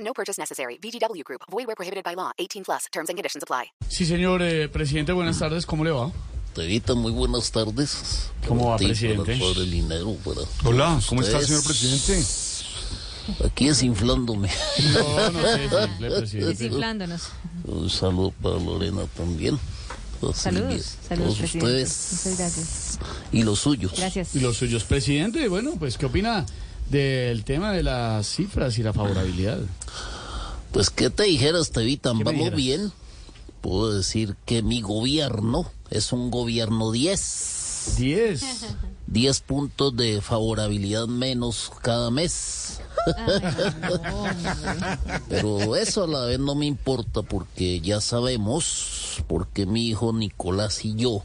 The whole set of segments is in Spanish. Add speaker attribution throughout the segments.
Speaker 1: No purchase necessary. VGW Group. Void where prohibited by law. 18 plus. Terms and conditions apply.
Speaker 2: Sí, señor eh, presidente, buenas tardes, ¿cómo le va?
Speaker 3: Tevita, muy buenas tardes.
Speaker 2: ¿Cómo va,
Speaker 3: Para ti,
Speaker 2: presidente?
Speaker 3: para Sobre el dinero, para
Speaker 4: Hola, ¿cómo está,
Speaker 3: ustedes.
Speaker 4: señor presidente?
Speaker 3: Aquí es inflándome.
Speaker 2: No, no sé, simple, presidente.
Speaker 5: Desinflándonos.
Speaker 3: Un saludo para Lorena también. Para
Speaker 5: Saludos.
Speaker 3: Silvia,
Speaker 5: Saludos,
Speaker 3: todos
Speaker 5: presidente. Muchas
Speaker 3: ustedes
Speaker 5: gracias.
Speaker 3: y los suyos.
Speaker 5: Gracias.
Speaker 2: Y los suyos, presidente, bueno, pues, ¿qué opina del tema de las cifras y la favorabilidad?
Speaker 3: Pues, ¿qué te dijeras, Tevita?
Speaker 2: me
Speaker 3: Vamos
Speaker 2: dijeras?
Speaker 3: bien. Puedo decir que mi gobierno es un gobierno 10.
Speaker 2: 10.
Speaker 3: 10 puntos de favorabilidad menos cada mes. Pero eso a la vez no me importa porque ya sabemos, porque mi hijo Nicolás y yo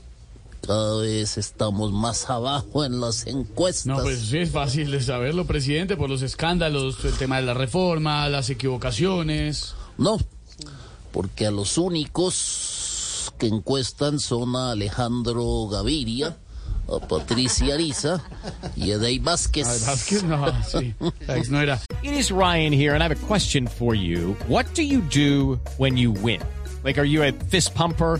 Speaker 3: cada vez estamos más abajo en las encuestas.
Speaker 2: No, pues sí es fácil de saberlo, presidente, por los escándalos, el tema de la reforma, las equivocaciones.
Speaker 3: No, porque a los únicos que encuestan son a Alejandro Gaviria, a Patricia Ariza y a Dey
Speaker 2: La verdad es que no, sí, la ex no era.
Speaker 6: It is Ryan here, and I have a question for you. What do you do when you win? Like, are you a fist pumper?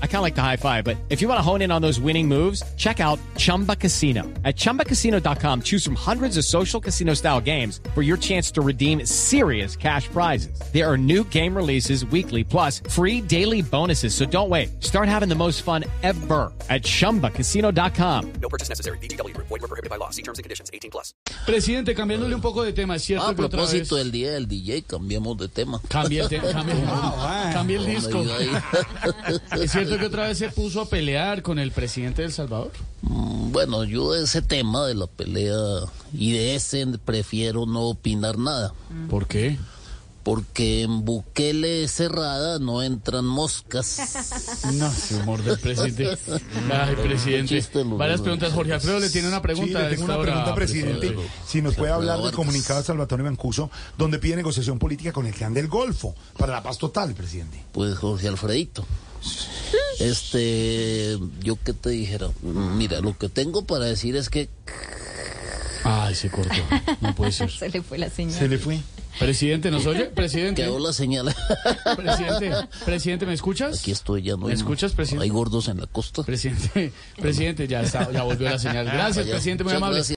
Speaker 6: I kind of like the high five, but if you want to hone in on those winning moves, check out Chumba Casino. At chumbacasino.com, choose from hundreds of social casino style games for your chance to redeem serious cash prizes. There are new game releases weekly, plus free daily bonuses. So don't wait. Start having the most fun ever at chumbacasino.com.
Speaker 7: No purchase necessary. VGW Group. Void were prohibited by law. See terms and conditions. 18 plus.
Speaker 2: Presidente, cambiándole un poco de tema, es cierto
Speaker 3: Ah, A
Speaker 2: que otra vez...
Speaker 3: propósito del día del DJ, cambiamos de tema.
Speaker 2: Cambie el, te- cambie- cambie el disco.
Speaker 3: Ahí, ahí.
Speaker 2: ¿Es cierto que otra vez se puso a pelear con el presidente de El Salvador?
Speaker 3: Mm, Bueno, yo de ese tema de la pelea y de ese prefiero no opinar nada,
Speaker 2: ¿Por qué?
Speaker 3: porque en Bukele cerrada no entran moscas.
Speaker 2: No, ese humor del presidente. Ay, presidente.
Speaker 3: Chiste, Lulú.
Speaker 2: Varias preguntas. Jorge Alfredo le tiene una
Speaker 4: Sí,
Speaker 2: pregunta.
Speaker 4: le
Speaker 2: a
Speaker 4: tengo
Speaker 2: esta
Speaker 4: una
Speaker 2: hora,
Speaker 4: pregunta, presidente. Si nos puede hablar del comunicado de Salvatore Mancuso, donde pide negociación política con el clan del Golfo para la paz total, presidente.
Speaker 3: Pues Jorge Alfredito. Este, yo qué te dijera, mira, lo que tengo para decir es que
Speaker 2: Ay, se cortó. No puede ser.
Speaker 5: Se le fue la señal.
Speaker 4: le fue.
Speaker 2: Presidente, ¿nos oye? Presidente.
Speaker 3: quedó la señal.
Speaker 2: Presidente. Presidente, ¿me escuchas?
Speaker 3: Aquí estoy ya no.
Speaker 2: ¿Me
Speaker 3: hay-
Speaker 2: escuchas, presidente?
Speaker 3: Hay gordos en la costa.
Speaker 2: Presidente, presidente, ya, está, ya volvió la señal. Gracias,
Speaker 3: Allá.
Speaker 2: presidente, muy
Speaker 3: Ah, Muchas
Speaker 2: amable.
Speaker 3: gracias.